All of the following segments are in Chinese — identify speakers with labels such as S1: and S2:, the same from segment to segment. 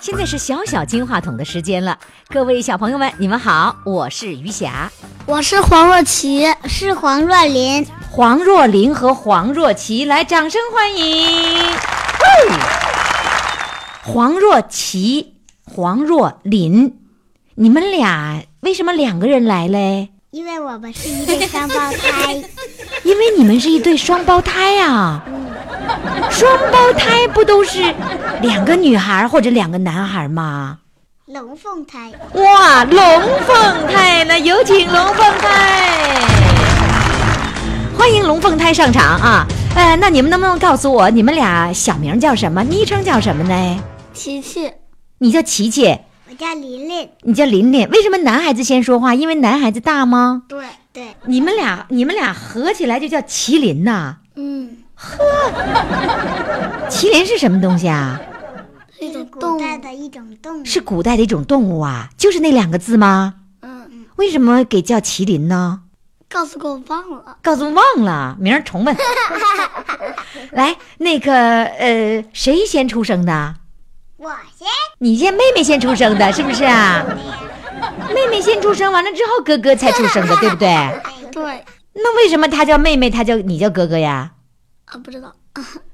S1: 现在是小小金话筒的时间了，各位小朋友们，你们好，我是于霞。
S2: 我是黄若琪，是黄若琳。
S1: 黄若琳和黄若琪，来，掌声欢迎！嘿黄若琪、黄若琳，你们俩为什么两个人来嘞？
S2: 因为我们是一对双胞胎，
S1: 因为你们是一对双胞胎啊。双胞胎不都是两个女孩或者两个男孩吗？
S2: 龙凤胎。
S1: 哇，龙凤胎呢？有请龙凤胎，欢迎龙凤胎上场啊！呃，那你们能不能告诉我，你们俩小名叫什么，昵称叫什么呢？
S2: 琪琪，
S1: 你叫琪琪，
S2: 我叫琳琳。
S1: 你叫琳琳，为什么男孩子先说话？因为男孩子大吗？
S2: 对对，
S1: 你们俩，你们俩合起来就叫麒麟呐、
S2: 嗯，
S1: 麒麟是什么东西啊？
S2: 一种古代的一种动物。
S1: 是古代的一种动物啊，就是那两个字吗？
S2: 嗯，
S1: 为什么给叫麒麟呢？
S2: 告诉给我忘了。
S1: 告诉忘了，明儿重问。来，那个呃，谁先出生的？
S2: 我先。
S1: 你先，妹妹先出生的，是不是啊？妹妹先出生，完了之后哥哥才出生的，对不对？
S2: 哎对，
S1: 那为什么他叫妹妹，他叫你叫哥哥呀？
S2: 啊，不知道。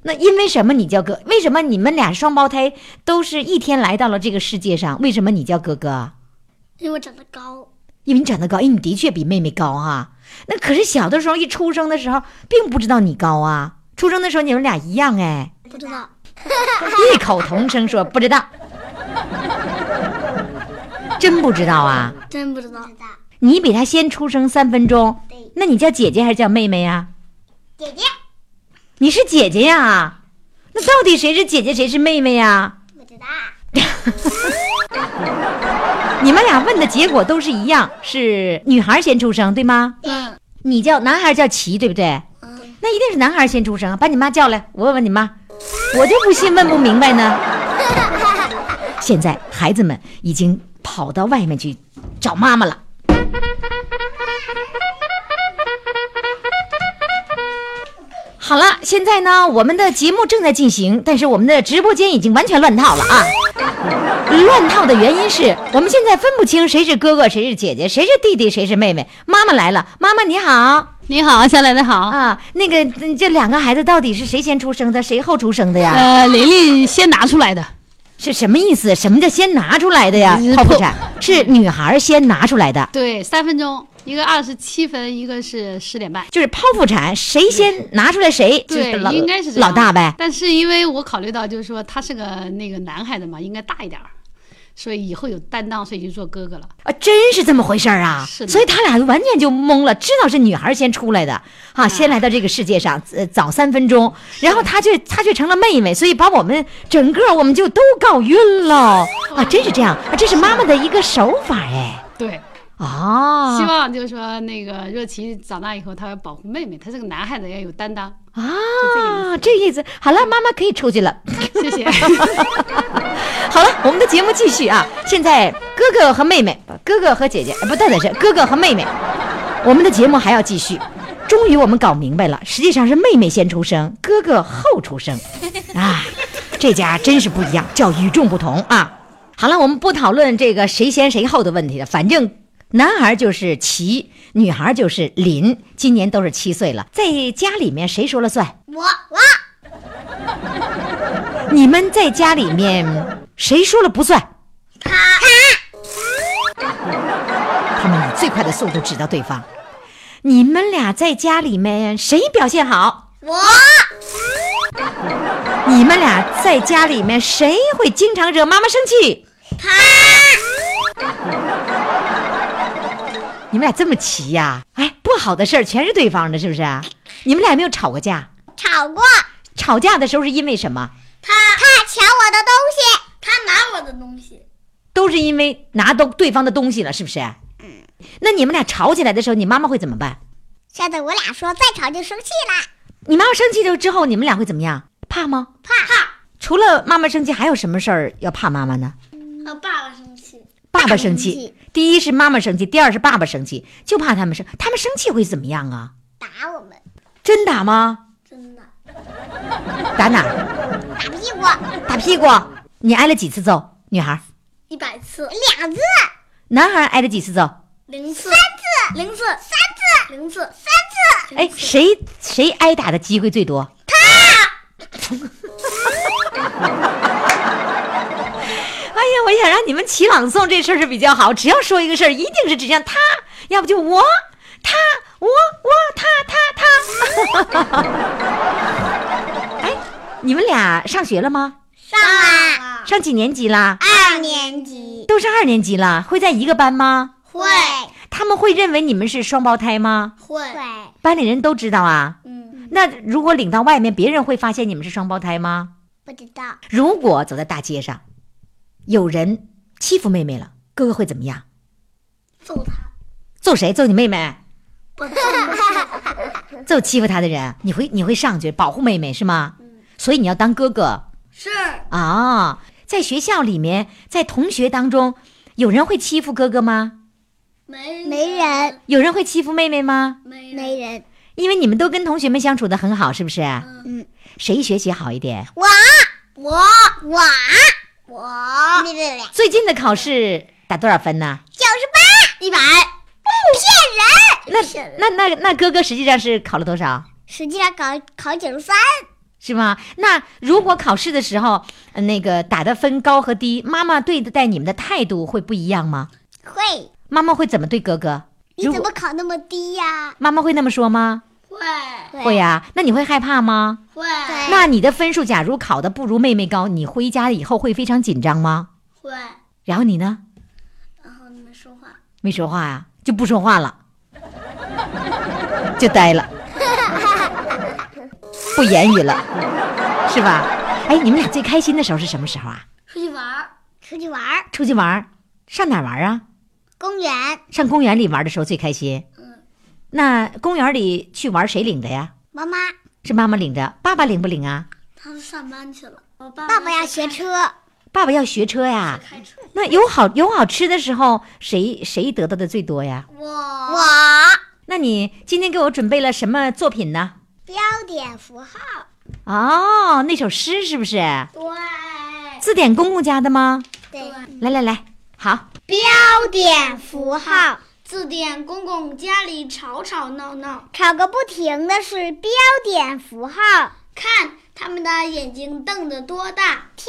S1: 那因为什么你叫哥？为什么你们俩双胞胎都是一天来到了这个世界上？为什么你叫哥哥？
S2: 因为我长得高，
S1: 因为你长得高，因为你的确比妹妹高啊。那可是小的时候一出生的时候，并不知道你高啊。出生的时候你们俩一样哎。
S2: 不知道。
S1: 异口同声说不知道，真不知道啊！
S2: 真不知道。知道。
S1: 你比他先出生三分钟，
S2: 对，
S1: 那你叫姐姐还是叫妹妹呀、
S2: 姐姐。
S1: 你是姐姐呀、那到底谁是姐姐谁是妹妹呀、
S2: 不知道。
S1: 你们俩问的结果都是一样，是女孩先出生对吗？
S2: 嗯
S1: 你叫男孩叫齐对不对？
S2: 嗯，
S1: 那一定是男孩先出生啊，把你妈叫来，我问问你妈，我就不信问不明白呢。现在孩子们已经跑到外面去找妈妈了。好了，现在呢，我们的节目正在进行，但是我们的直播间已经完全乱套了啊！乱套的原因是我们现在分不清谁是哥哥，谁是姐姐，谁是弟弟，谁是妹妹。妈妈来了，妈妈你好。
S3: 你好，小奶奶好。
S1: 啊，那个嗯这两个孩子到底是谁先出生的，谁后出生的呀？
S3: 呃，琳琳先拿出来的，
S1: 是什么意思？什么叫先拿出来的呀
S3: 嗯？
S1: 剖腹产是女孩先拿出来的，
S3: 对，三分钟，一个二十七分，一个是十点半。
S1: 就是剖腹产，谁先拿出来谁就
S3: 对
S1: 是老，
S3: 应该是这样
S1: 老大呗。
S3: 但是因为我考虑到，就是说他是个那个男孩子嘛，应该大一点儿，所以以后有担当，所以就做哥哥了。
S1: 啊，真是这么回事儿啊！
S3: 是的
S1: 所以他俩完全就懵了，知道是女孩先出来的，
S3: 哎
S1: 哈、先来到这个世界上，呃，早三分钟，然后他却他却成了妹妹，所以把我们整个我们就都搞晕了啊！真是这样啊，这是妈妈的一个手法哎，
S3: 对，
S1: 啊，
S3: 希望就是说那个若琪长大以后，他要保护妹妹，他是个男孩子要有担当。
S1: 啊，这意思。好了，妈妈可以出去 了。
S3: 谢谢。
S1: 好了，我们的节目继续啊。现在哥哥和妹妹，哥哥和姐姐，呃不对对是哥哥和妹妹。我们的节目还要继续。终于我们搞明白了，实际上是妹妹先出生，哥哥后出生。啊，这家真是不一样，叫与众不同啊。好了，我们不讨论这个谁先谁后的问题了，反正男孩就是齐，女孩就是林，今年都是七岁了。在家里面谁说了算？
S2: 我我
S1: 你们在家里面谁说了不算？他他们以最快的速度指到对方。你们俩在家里面谁表现好？
S2: 我
S1: 你们俩在家里面谁会经常惹妈妈生气？他。你们俩这么齐呀、哎，不好的事儿全是对方的，是不是啊？你们俩有没有吵过架？
S2: 吵过。
S1: 吵架的时候是因为什么？
S2: 他他抢我的东西，他拿我的东西。
S1: 都是因为拿到对方的东西了，是不是？嗯。那你们俩吵起来的时候，你妈妈会怎么办？
S2: 下次我俩说再吵就生气啦。
S1: 你妈妈生气了之后，你们俩会怎么样？怕吗？
S2: 怕怕，
S1: 除了妈妈生气，还有什么事儿要怕妈妈呢？
S2: 和爸爸生气。
S1: 爸爸生
S2: 生
S1: 气
S2: 气，
S1: 第一是妈妈生气，第二是爸爸生气，就怕他们生，他们生气会怎么样啊？
S2: 打我们，
S1: 真打吗？
S2: 真的
S1: 打哪儿？
S2: 打股，
S1: 打屁股。你挨了几次揍？女孩儿，
S2: 一百次，两次，
S1: 男孩儿挨了几次揍？
S2: 零次，三次，零次，三次，零次，三次。
S1: 哎，谁谁挨打的机会最多？他。 哎呀，我想让你们齐朗诵这事儿是比较好，只要说一个事儿，一定是指向他，要不就我、他、我、我、他、他、 他。哎，你们俩上学了吗？
S2: 上了
S1: 上几年级啦？
S2: 二年级，
S1: 都上二年级了，会在一个班吗？
S2: 会
S1: 他们会认为你们是双胞胎吗？
S2: 会，
S1: 班里人都知道啊。
S2: 嗯，
S1: 那如果领到外面，别人会发现你们是双胞胎吗？
S2: 不知道
S1: 如果走在大街上，有人欺负妹妹了，哥哥会怎么样？
S2: 揍他，
S1: 揍谁？揍你妹妹？
S2: 不揍他，
S1: 揍欺负她的人？你会你会上去保护妹妹是吗？所以你要当哥哥
S2: 嗯是
S1: 啊、在学校里面，在同学当中，有人会欺负哥哥吗？
S2: 没没人，
S1: 有人会欺负妹妹吗？
S2: 没 人，
S1: 因为你们都跟同学们相处的很好，是不是？
S2: 嗯，
S1: 谁学习好一点？
S2: 我我我我，你们俩
S1: 最近的考试打多少分呢？
S2: 九十八，一百，骗
S1: 那
S2: 人，骗人。
S1: 那那那哥哥实际上是考了多少？
S2: 实际上考考九十三，
S1: 是吗？那如果考试的时候，呃那个打的分高和低，妈妈对待你们的态度会不一样吗？
S2: 会，
S1: 妈妈会怎么对哥哥？
S2: 你
S1: 如
S2: 怎
S1: 果
S2: 么考那么低呀？
S1: 妈妈会那么说吗？
S2: 会啊
S1: 会呀、那你会害怕吗？
S2: 会
S1: 那你的分数假如考的不如妹妹高，你回家以后会非常紧张吗？
S2: 会，
S1: 然后你呢？
S2: 然后你们说话，
S1: 没说话呀、就不说话了， 就呆了，不言语了，是吧？哎，你们俩最开心的时候是什么时候啊？
S2: 出去玩儿，出去玩儿，
S1: 出去玩儿，上哪儿玩儿啊？
S2: 公园，
S1: 上公园里玩的时候最开心。
S2: 嗯，
S1: 那公园里去玩谁领着呀？
S2: 妈妈，
S1: 是妈妈领着，爸爸领不领啊？
S2: 他上班去了，我爸爸要学车，
S1: 爸爸要学车呀。
S2: 开车，
S1: 那有好有好吃的时候，谁谁得到的最多呀？
S2: 我我
S1: 那你今天给我准备了什么作品呢？
S2: 标点符号，
S1: 哦，那首诗是不是
S2: 对
S1: 字典公公家的吗？
S2: 对，
S1: 来来来，好，
S2: 标点符号。字典公公家里吵吵闹闹，吵个不停的是标点符号。看他们的眼睛瞪得多大，听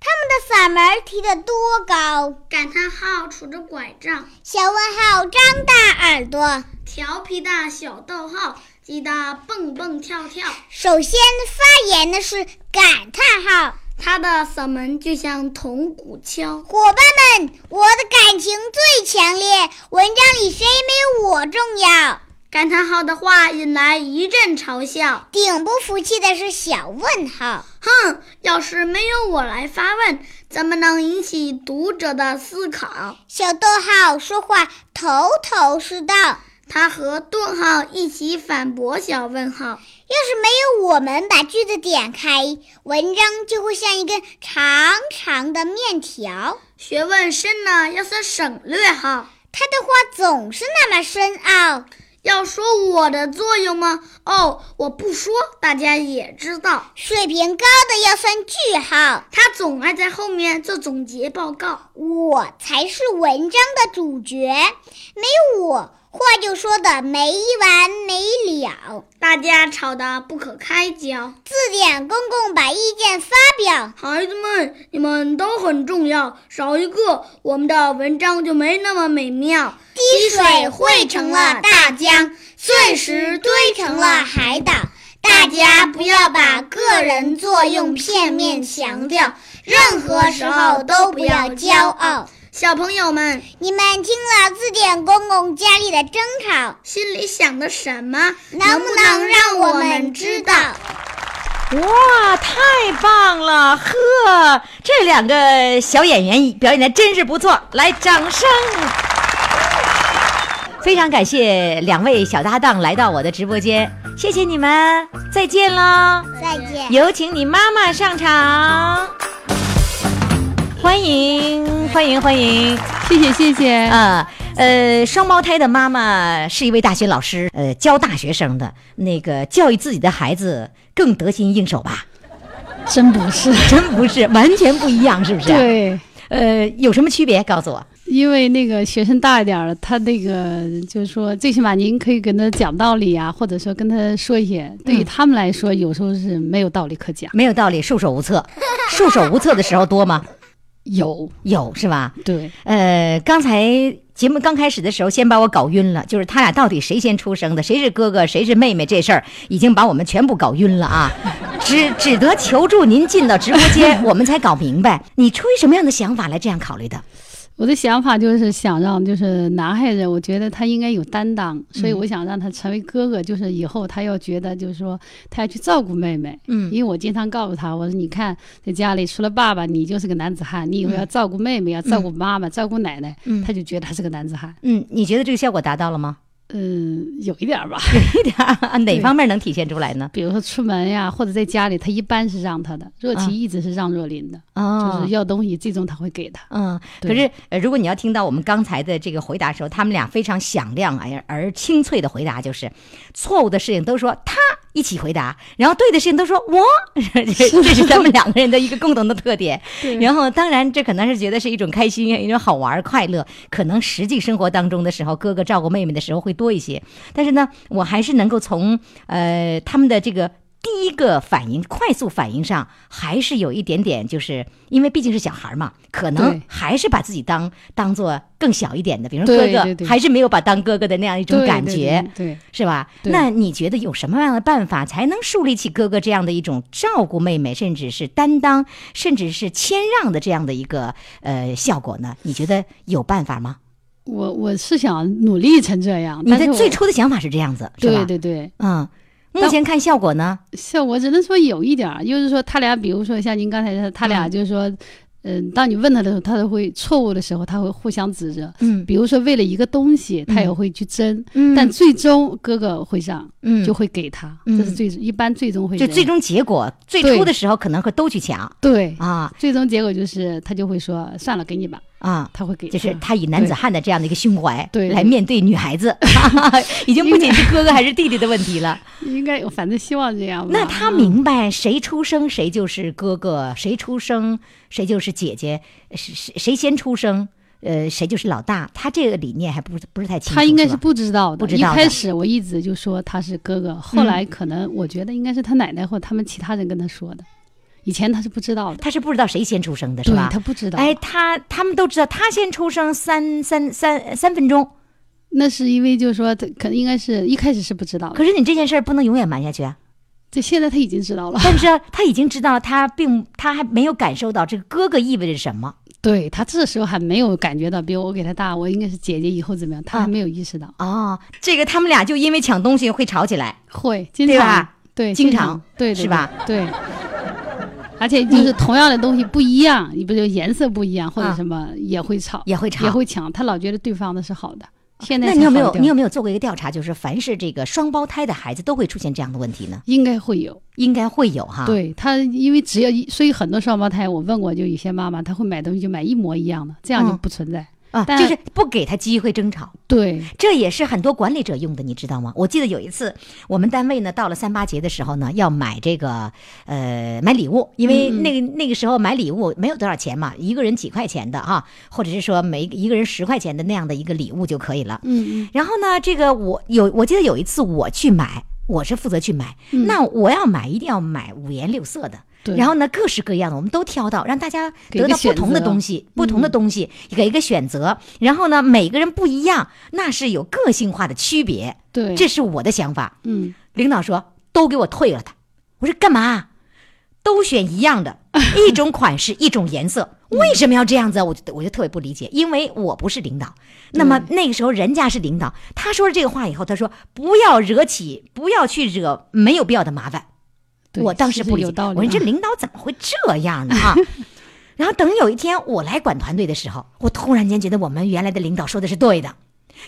S2: 他们的嗓门提得多高。感叹号杵着拐杖，小问号张大耳朵。调皮的小逗号急得蹦蹦跳跳。首先发言的是感叹号，他的嗓门就像铜鼓敲。伙伴们，我的感情最强烈，文章里谁没我重要？感叹号的话引来一阵嘲笑。顶不服气的是小问号，哼，要是没有我来发问，怎么能引起读者的思考？小逗号说话头头是道，他和顿号一起反驳小问号。要是没有我们把句子点开，文章就会像一根长长的面条。学问深呢，要算省略号。他的话总是那么深奥。要说我的作用吗？哦，我不说，大家也知道。水平高的要算句号。他总爱在后面做总结报告。我才是文章的主角，没有我，话就说的没完没了。大家吵得不可开交。字典公公把意见发表。孩子们，你们都很重要，少一个，我们的文章就没那么美妙。滴水汇成了大江，碎石堆成了海岛。大家不要把个人作用片面强调，任何时候都不要骄傲。小朋友们，你们听了字典公公家里的争吵，心里想的什么？能不能让我们知道？
S1: 哇，太棒了！呵，这两个小演员表演的真是不错，来，掌声！非常感谢两位小搭档来到我的直播间，谢谢你们，再见喽！
S2: 再见，
S1: 有请你妈妈上场，欢迎欢迎欢迎！
S3: 谢谢谢谢。
S1: 啊，呃，双胞胎的妈妈是一位大学老师，呃，教大学生的那个教育自己的孩子更得心应手吧。
S3: 真不是。
S1: 真不是，完全不一样，是不是？，
S3: 对，
S1: 呃，有什么区别？告诉我。
S3: 因为那个学生大一点儿了，他那个就是说，最起码您可以跟他讲道理啊，或者说跟他说一些，对于他们来说，有时候是没有道理可讲。
S1: 没有道理，束手无策。束手无策的时候多吗？
S3: 有，
S1: 有是吧？
S3: 对，
S1: 呃，刚才节目刚开始的时候，先把我搞晕了，就是他俩到底谁先出生的，谁是哥哥，谁是妹妹，这事儿已经把我们全部搞晕了啊！ 只只得求助您进到直播 间，我们才搞明白你出于什么样的想法来这样考虑的。
S3: 我的想法就是想让，就是男孩子，我觉得他应该有担当，所以我想让他成为哥哥，就是以后他要觉得，就是说他要去照顾妹妹。
S1: 嗯
S3: 因为我经常告诉他，我说你看，在家里除了爸爸，你就是个男子汉，你以后要照顾妹妹，要照顾妈妈，照顾奶奶，
S1: 嗯
S3: 他就觉得他是个男子汉。
S1: 嗯，你觉得这个效果达到了吗？
S3: 嗯，有一点儿吧。
S1: 一点儿哪方面能体现出来呢？
S3: 比如说出门呀，或者在家里，他一般是让他的。若
S1: 啊
S3: 琪一直是让若琳的，
S1: 哦，
S3: 就是要东西，最终他会给他。
S1: 嗯，可
S3: 对
S1: 是呃，如果你要听到我们刚才的这个回答的时候，他们俩非常响亮而而清脆的回答就是，错误的事情都说他一起回答，然后对的事情都说我， 这这是他们两个人的一个共同的特点。然后当然这可能是觉得是一种开心，一种好玩儿快乐，可能实际生活当中的时候，哥哥照顾妹妹的时候会多一些。但是呢，我还是能够从呃他们的这个。第一个反应，快速反应上还是有一点点，就是因为毕竟是小孩儿嘛，可能
S3: 对
S1: 还是把自己当当做更小一点的，比如说哥
S3: 对
S1: 哥，
S3: 对对
S1: 还是没有把当哥哥的那样一种
S3: 对
S1: 感
S3: 对
S1: 觉，
S3: 对对
S1: 是吧？
S3: 对
S1: 那你觉得有什么样的办法才能树立起哥哥这样的一种照顾妹妹，甚至是担当，甚至是谦让的这样的一个呃效果呢？你觉得有办法吗？
S3: 我我是想努力成这样，
S1: 你
S3: 但是
S1: 的
S3: 我
S1: 最初的想法是这样子，是吧？
S3: 对对对，
S1: 嗯，目
S3: 但
S1: 前看效果呢，
S3: 效果只能说有一点儿，就是说他俩，比如说像您刚才说，他俩就是说，嗯、当你问他的时候，他都会错误的时候，他会互相指责。
S1: 嗯
S3: 比如说为了一个东西，他也会去争，
S1: 嗯，
S3: 但最终哥哥会让，
S1: 嗯
S3: 就会给他，
S1: 嗯
S3: 这是最一般最终会
S1: 就
S3: 让
S1: 最终结果，最
S3: 对
S1: 初的时候可能会都去抢
S3: 对。
S1: 啊
S3: 最终结果就是他就会说算了，给你吧，
S1: 啊。
S3: 他会给他，嗯
S1: 就是他以男子汉的这样的一个胸怀
S3: 对对
S1: 来面对女孩 子，已经不仅是哥哥还是弟弟的问题了。
S3: 应该反正希望这样吧。
S1: 那他明白谁出生谁就是哥哥，谁出生谁就是姐姐，谁谁谁先出生，呃，谁就是老大。他这个理念还不是不是太清楚，
S3: 他应该是
S1: 吧
S3: 不知道的，
S1: 不知道的
S3: 一开始我一直就说他是哥哥，后来可能我觉得应该是他奶奶或他们其他人跟他说的，以前他是不知道的，
S1: 他是不知道谁先出生的，是
S3: 对
S1: 吧
S3: 他？不知道。
S1: 哎，，他他们都知道，他先出生三三三三分钟。
S3: 那是因为就是说他可能应该是一开始是不知道的，
S1: 可是你这件事儿不能永远瞒下去 啊。
S3: 这现在他已经知道了，
S1: 但是啊他已经知道，他并他还没有感受到这个哥哥意味着什么。
S3: 对他这时候还没有感觉到，比如我给他大，我应该是姐姐，以后怎么样，他还没有意识到，
S1: 哦，这个他们俩就因为抢东西会吵起来。
S3: 会经
S1: 对
S3: 常
S1: 吧
S3: 对
S1: 经
S3: 经
S1: 常
S3: 对对
S1: 是吧？
S3: 对。而且就是同样的东西不一样，你不就颜色不一样或者
S1: 啊
S3: 什么也会吵，
S1: 也会吵啊
S3: 也会抢。他老觉得对方的是好的，现在
S1: 那你有
S3: 才
S1: 没
S3: 好
S1: 有
S3: 一点
S1: 你有没有做过一个调查，就是凡是这个双胞胎的孩子都会出现这样的问题呢？
S3: 应该会有，
S1: 应该会有哈。，
S3: 对他，因为只要一，所以很多双胞胎，我问过，就有些妈妈她会买东西就买一模一样的，这样就
S1: 嗯
S3: 不存在。
S1: 啊，
S3: 但
S1: 就是不给他机会争吵，
S3: 对，
S1: 这也是很多管理者用的，你知道吗？我记得有一次，我们单位呢到了三八节的时候呢，要买这个呃买礼物，因为那个、那个时候买礼物没有多少钱嘛，一个人几块钱的啊，或者是说每一个人十块钱的那样的一个礼物就可以了。
S3: 嗯嗯，
S1: 然后呢，这个我有，我记得有一次我去买，我是负责去买。那我要买，一定要买五颜六色的。
S3: 对
S1: 然后呢，各式各样的，我们都挑到，让大家得
S3: 给一
S1: 到
S3: 个
S1: 不
S3: 选择嗯
S1: 同的东西，不同的东西，给一个选择。然后呢，每个人不一样，那是有个性化的区别。
S3: 对，
S1: 这是我的想法。
S3: 嗯，
S1: 领导说都给我退了它。我说干嘛？都选一 样的，一种款式，一种颜色，为什么要这样子啊？我就我就特别不理解，因为我不是领导。那么那个时候人家是领导，他说了这个话以后，他说不要惹起，不要去惹没有必要的麻烦。
S3: 对
S1: 我当时
S3: 其实
S1: 不理
S3: 有
S1: 解，
S3: 道
S1: 我
S3: 理，啊
S1: 说这领导怎么会这样呢？ 啊！然后等有一天我来管团队的时候，我突然间觉得我们原来的领导说的是对的，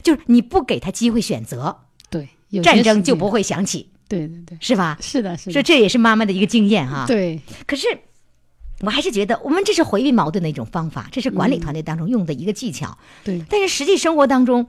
S1: 就是你不给他机会选择，
S3: 对有些
S1: 战
S3: 是
S1: 争就
S3: 这样
S1: 不会响起，
S3: 对对对，
S1: 是吧？
S3: 是的，是
S1: 说
S3: 的，
S1: 这也啊是妈妈的一个经验哈、，
S3: 对
S1: 可是我还是觉得我们这是回避矛盾的一种方法，这是管
S3: 嗯
S1: 理团队当中用的一个技巧。
S3: 对
S1: 但是实际生活当中，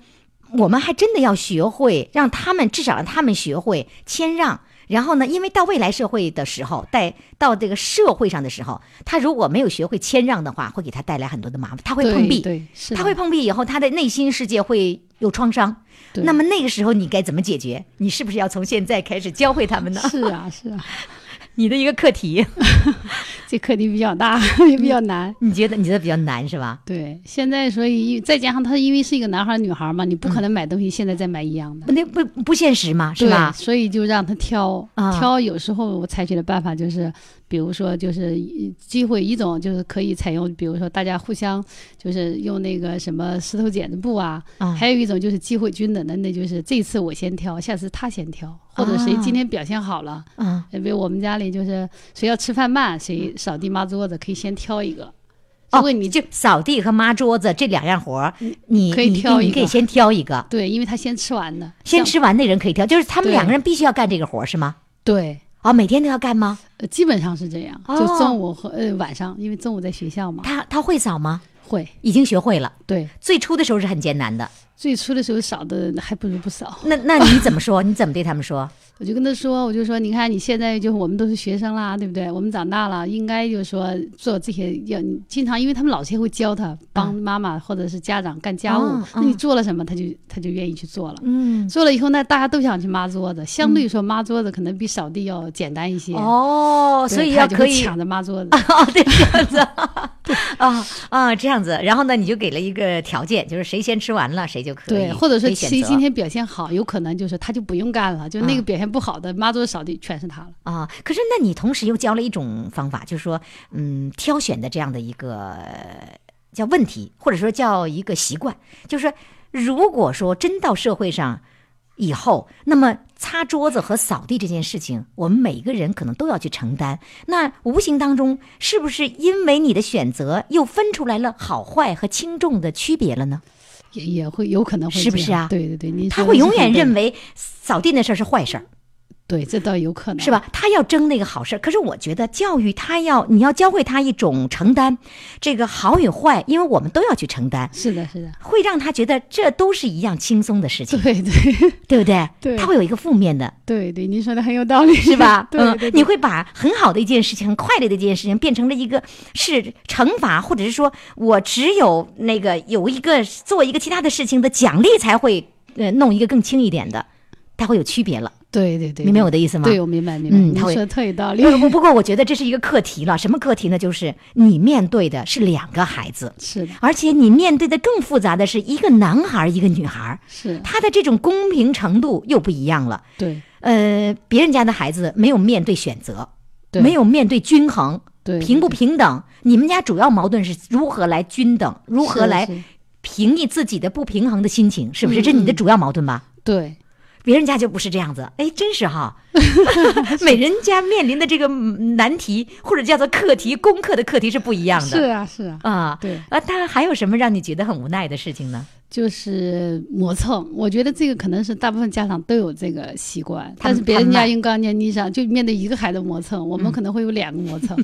S1: 我们还真的要学会让他们，至少让他们学会谦让，然后呢，因为到未来社会的时候，带到这个社会上的时候，他如果没有学会谦让的话，会给他带来很多的麻烦，他会碰
S3: 对
S1: 壁，
S3: 对，是的
S1: 他会碰壁以后，他的内心世界会有创伤。
S3: 对
S1: 那么那个时候你该怎么解决？你是不是要从现在开始教会他们呢？
S3: 是啊是啊，
S1: 你的一个课题，
S3: 这课题比较大，也
S1: 嗯
S3: 比较难。
S1: 你觉得你觉得比较难是吧？
S3: 对，现在所以再加上他因为是一个男孩儿女孩儿嘛，你不可能买东西现在再买一样的，
S1: 那不不现实嘛，嗯是
S3: 对
S1: 吧？
S3: 所以就让他挑，
S1: 啊
S3: 挑有时候我采取的办法就是，比如说就是一机会一种就是可以采用，比如说大家互相就是用那个什么石头剪子布啊，
S1: 啊，
S3: 还有一种就是机会均等的，那就是这次我先挑，下次他先挑，或者谁
S1: 啊
S3: 今天表现好了，
S1: 啊，
S3: 因为我们家里就是谁要吃饭慢，谁扫地抹桌子，可以先挑一个。
S1: 嗯
S3: 如
S1: 哦，
S3: 果你
S1: 就扫地和抹桌子这两样活儿，你
S3: 嗯可以
S1: 你
S3: 挑
S1: 你
S3: 一
S1: 可以
S3: 个
S1: 先挑一个，
S3: 对，因为他先吃完的，
S1: 先
S3: 像。
S1: 吃完那人可以挑，就是他们
S3: 对
S1: 两个人必须要干这个活儿是吗？
S3: 对，
S1: 哦，每天都要干吗？
S3: 呃基本上是这样，
S1: 哦
S3: 就中午和呃晚上，因为中午在学校嘛，
S1: 他他会扫吗？
S3: 会
S1: 已经学会了，
S3: 对。
S1: 最初的时候是很艰难
S3: 哦
S1: 的。
S3: 最初的时候少的还不如不少，
S1: 那那你怎么说？ 你怎么对他们说？
S3: 我就跟他说，我就说，你看你现在就是我们都是学生啦，对不对？我们长大了，应该就是说做这些要你经常，因为他们老师也会教他帮妈妈或者是家长干家务，
S1: 嗯
S3: 那你
S1: 嗯
S3: 做了什么，他就他就愿意去做了。
S1: 嗯，
S3: 做了以后呢，大家都想去抹桌子，相对于说抹桌子可能比扫地要简单一些，
S1: 哦，
S3: 对
S1: 所以
S3: 他
S1: 要
S3: 就
S1: 可
S3: 会
S1: 以
S3: 抢着抹桌子。
S1: 哦，对，这样子，啊啊，这样子。然后呢，你就给了一个条件，就是谁先吃完了，谁就可以。
S3: 对，或者
S1: 可
S3: 说
S1: 以选
S3: 谁
S1: 择
S3: 今天表现好，有可能就是他就不用干了，就那
S1: 啊
S3: 个表现不好的，抹桌子扫地全是他了。
S1: 啊，可是那你同时又教了一种方法，就是说，嗯，挑选的这样的一个呃叫问题，或者说叫一个习惯，就是说如果说真到社会上以后，那么擦桌子和扫地这件事情，我们每一个人可能都要去承担。那无形当中，是不是因为你的选择，又分出来了好坏和轻重的区别了呢？
S3: 也也会有可能会
S1: 是不
S3: 这
S1: 是
S3: 样
S1: 啊
S3: 对对对，您
S1: 他
S3: 说
S1: 会
S3: 的是
S1: 永远
S3: 很对
S1: 认为扫地那事儿是坏事儿。
S3: 对，这倒有可能
S1: 是？吧？他要争那个好事儿，可是我觉得教育他要，你要教会他一种承担，这个好与坏，因为我们都要去承担，
S3: 是的，是的，
S1: 会让他觉得这都是一样轻松的事情，
S3: 对对
S1: 对不对？
S3: 对
S1: 他会有一个负面的，
S3: 对对，您说的很有道理，？
S1: 是吧
S3: 对对
S1: 嗯，你
S3: 对，
S1: 会把很好的一件事情、很快乐的一件事情，变成了一个是惩罚，或者是说我只有那个有一个做一个其他的事情的奖励，才会呃弄一个更轻一点的，它会有区别了，
S3: 对对对，
S1: 明白我
S3: 的
S1: 的意思吗？
S3: 对，我明白明白，
S1: 嗯
S3: 您
S1: 他会
S3: 说的特有道理，
S1: 不不不过，我觉得这是一个课题了。什么课题呢？就是你面对的是两个孩子，
S3: 是的，
S1: 而且你面对的更复杂的是一个男孩儿一个女孩儿，
S3: 是的，
S1: 他的这种公平程度又不一样了。
S3: 对
S1: 呃，别人家的孩子没有面对选择，
S3: 对，
S1: 没有面对均衡、
S3: 对
S1: 平不
S3: 对
S1: 平等。你们家主要矛盾是如何来均等，如
S3: 是
S1: 何
S3: 的
S1: 来
S3: 是的
S1: 平抑自己的不平衡的心情，是不是？
S3: 嗯
S1: 这是你的
S3: 嗯
S1: 主要矛盾吧？
S3: 对
S1: 别人家就不是这样子，哎，真是 哈，每人家面临的这个嗯难题或者叫做课题、功课的课题是不一样的。
S3: 是啊是啊，
S1: 啊，
S3: 对，
S1: 啊，他还有什么让你觉得很无奈的事情呢？
S3: 就是磨蹭，我觉得这个可能是大部分家长都有这个习惯，
S1: 他们
S3: 但是别人
S1: 他
S3: 家
S1: 慢嗯
S3: 用刚念逆上，就面对一个孩子磨蹭，我们可能会有两个磨 蹭，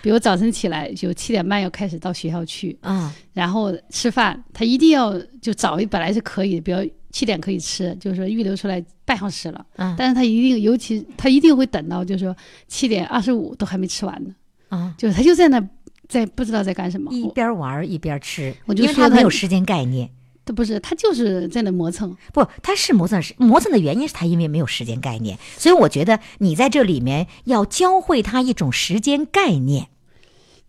S3: 比如早晨起来就七点半要开始到学校去，
S1: 啊，
S3: 然后吃饭，他一定要就早一本来是可以的，比如七点可以吃，就是说预留出来半小时了，
S1: 嗯
S3: 但是他一定，尤其他一定会等到就是说七点二十五都还没吃完呢，
S1: 啊，
S3: 就是他就在那在不知道在干什么，
S1: 一
S3: 我
S1: 边玩儿一边吃，
S3: 我就
S1: 因为
S3: 说
S1: 他没
S3: 他
S1: 有时间概念。
S3: 他不是他就是在那磨蹭，
S1: 不，他是磨蹭，是磨蹭的原因是他因为没有时间概念，所以我觉得你在这里面要教会他一种时间概念。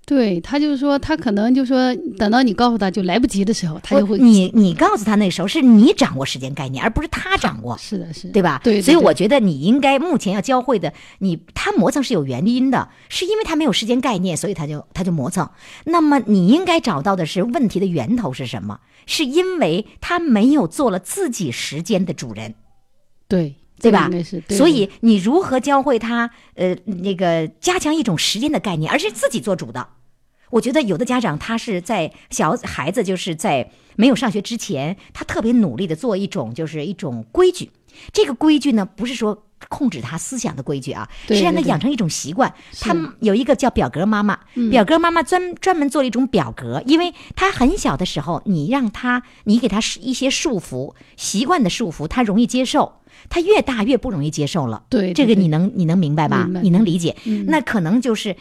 S3: 对他就是说他可能就说等到你告诉他就来不及的时候，他就会
S1: 不哦你你告诉他那时候是你掌握时间概念，而不是他掌握。
S3: 是的是的
S1: 对吧？
S3: 对对
S1: 所以
S3: 对
S1: 我觉得你应该目前要教会的，你他磨蹭是有原因的，是因为他没有时间概念，所以他就他就磨蹭。那么你应该找到的是问题的源头是什么？是因为他没有做了自己时间的主人，
S3: 对
S1: 对吧
S3: 这个应该是，对
S1: 所以你如何教会他呃那个加强一种时间的概念，而是自己做主的？我觉得有的家长他是在小孩子就是在没有上学之前，他特别努力的做一种就是一种规矩。这个规矩呢，不是说控制他思想的规矩啊，
S3: 对
S1: 是让他
S3: 对对
S1: 养成一种习惯。
S3: 是
S1: 他们有一个叫表格妈妈，表格妈妈专专门做了一种表格，因为他很小的时候，你让他，你给他一些束缚、习惯的束缚，他容易接受。他越大越不容易接受了，
S3: 对对
S1: 这个
S3: 对
S1: 你能你能明白吧
S3: 明白？嗯
S1: 你能理解？那可能就是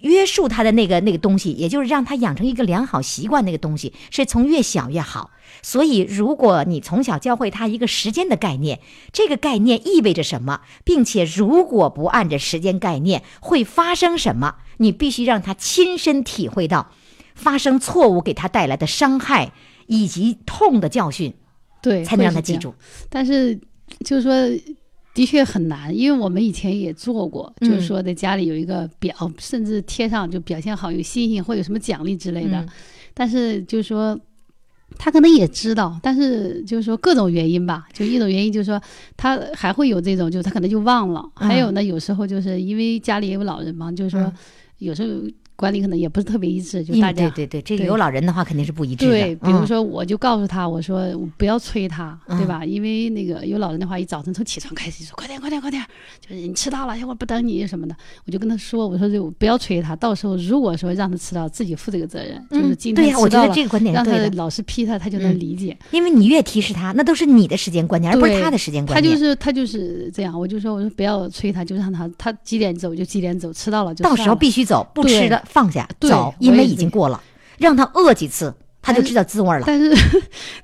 S1: 约束他的那个那个东西，也就是让他养成一个良好习惯，那个东西是从越小越好。所以，如果你从小教会他一个时间的概念，这个概念意味着什么，并且如果不按着时间概念会发生什么，你必须让他亲身体会到发生错误给他带来的伤害以及痛的教训，
S3: 对，
S1: 才能
S3: 会
S1: 让
S3: 是
S1: 他
S3: 这
S1: 记
S3: 样
S1: 住。
S3: 但是就是说，的确很难，因为我们以前也做过，就是
S1: 嗯
S3: 说在家里有一个表，甚至贴上就表现好有星星或有什么奖励之类的，
S1: 嗯
S3: 但是就是说。他可能也知道，但是就是说各种原因吧，就一种原因就是说他还会有这种，就是他可能就忘了。
S1: 嗯
S3: 还有呢，有时候就是因为家里也有老人嘛，就是说
S1: 嗯
S3: 有时候管理可能也不是特别一致，就
S1: 因
S3: 大
S1: 为
S3: 家
S1: 嗯对对对，这个
S3: 对
S1: 有老人的话肯定是不一致的。
S3: 对，比如
S1: 嗯
S3: 说我就告诉他，我说我不要催他，对
S1: 嗯
S3: 吧？因为那个有老人的话，一早晨从起床开始说快点快点快点，就是你迟到了，要不不等你什么的。我就跟他说，我说就不要催他，到时候如果说让他迟到，自己负这个责任，就是
S1: 嗯，
S3: 今
S1: 对
S3: 天
S1: 呀、我
S3: 迟
S1: 觉
S3: 到
S1: 得
S3: 了。
S1: 这个观点
S3: 让
S1: 是
S3: 他
S1: 对的，
S3: 老是批他，他就能
S1: 嗯
S3: 理解。
S1: 因为你越提示他，那都是你的时间观念，而不是
S3: 对
S1: 他的时间
S3: 他
S1: 观
S3: 就
S1: 念。
S3: 是他就是这样，我就说我说不要催他，就让他他几点走就几点走，迟到了就
S1: 到时
S3: 算
S1: 候
S3: 了
S1: 必须走，不
S3: 对
S1: 吃的放下
S3: 对
S1: 走
S3: 我，
S1: 因
S3: 也
S1: 为
S3: 是
S1: 已经过了，让他饿几次，他就
S3: 但是
S1: 知道滋味儿了。
S3: 但是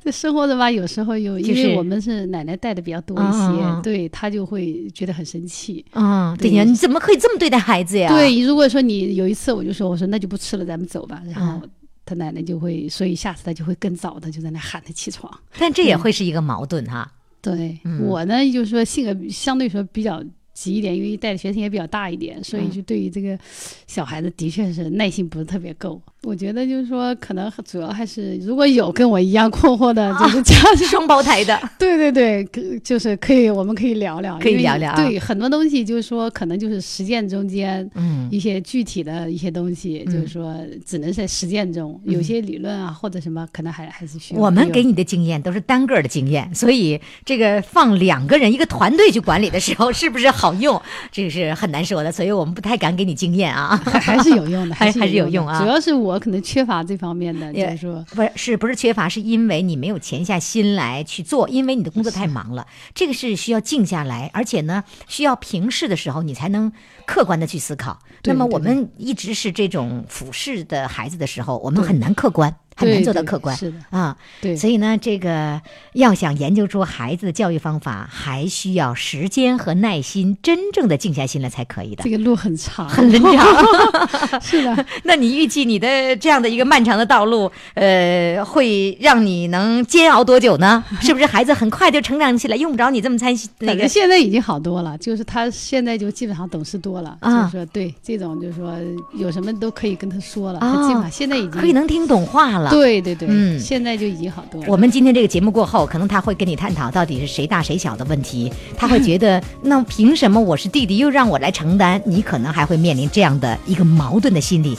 S3: 这生活的吧，有时候有，
S1: 就
S3: 因
S1: 是
S3: 为我们是奶奶带的比较多一些，
S1: 嗯嗯嗯
S3: 对她就会觉得很生气。
S1: 嗯，对
S3: 对
S1: 呀，你怎么可以这么对待啊孩子呀？
S3: 对，如果说你有一次我就说，我说那就不吃了，咱们走吧，然后
S1: 嗯。
S3: 她奶奶就会，所以下次她就会更早的就在那喊她起床。
S1: 但这也会是一个矛盾哈。
S3: 对、
S1: 嗯
S3: 我呢，就是说性格相对说比较急一点，因为带的学生也比较大一点，所以
S1: 嗯
S3: 就对于这个小孩子的确是耐心不是特别够。我觉得就是说，可能主要还是如果有跟我一样困惑的， 就是家长、
S1: 双胞胎的，
S3: 对对对，可就是可以，我们可以聊聊，
S1: 可以
S3: 因为
S1: 聊聊啊
S3: 对，很多东西就是说，可能就是实践中间
S1: 嗯
S3: 一些具体的一些东西，
S1: 嗯
S3: 就是说只能在实践中，有些理论啊或者什么，可能还还是需要。
S1: 我们给
S3: 有
S1: 你的经验都是单个儿的经验，所以这个放两个人一个团队去管理的时候，是不是好用？这个是很难说的，所以我们不太敢给你经验啊。
S3: 还还是有用的，
S1: 还
S3: 是
S1: 还是有
S3: 的
S1: 用啊
S3: 主要是我可能缺乏这方面的，就
S1: 也
S3: 是说，
S1: 不是，是不是缺乏？是因为你没有潜下心来去做，因为你的工作太忙了。这个是需要静下来，而且呢，需要平视的时候，你才能客观的去思考。
S3: 对
S1: 那么我
S3: 对
S1: 们一直是这种俯视的孩子的时候，我们
S3: 对
S1: 很难客观，很难
S3: 对
S1: 做到
S3: 对
S1: 客观
S3: 是的，
S1: 啊。
S3: 对，
S1: 所以呢，这个要想研究出孩子的教育方法，还需要时间和耐心，真正的静下心来才可以的
S3: 这。个路很长，
S1: 很人 长。
S3: 是 的，
S1: 那你预计你的这样的一个漫长的道路，呃，会让你能煎熬多久 呢？是不是孩子很快就成长起来，用不着你这么参那
S3: 反
S1: 个
S3: 正？现在已经好多了，就是他现在就基本上懂事多了，
S1: 啊
S3: 就是说对这种就是说有什么都可以跟他说了，
S1: 啊
S3: 他基本上现在已经
S1: 可以能听懂话了。
S3: 对对对，
S1: 嗯
S3: 现在就已经好多了。
S1: 我们今天这个节目过后，可能他会跟你探讨到底是谁大谁小的问题，他会觉得那凭什么我是弟弟又让我来承担？你可能还会面临这样的一个矛盾的 心理，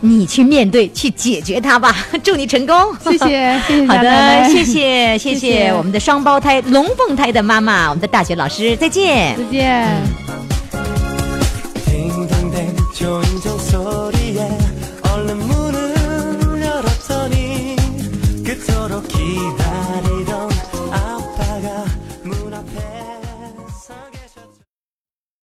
S1: 你去面对去解决它吧，祝你成功。
S3: 谢谢，谢 谢
S1: 好
S3: 大家
S1: 的，谢，谢谢
S3: 谢
S1: 谢
S3: 谢
S1: 我们的双胞胎龙凤胎的妈妈，我们的大学老师，再见。
S3: 再见。
S4: 停停停，就应将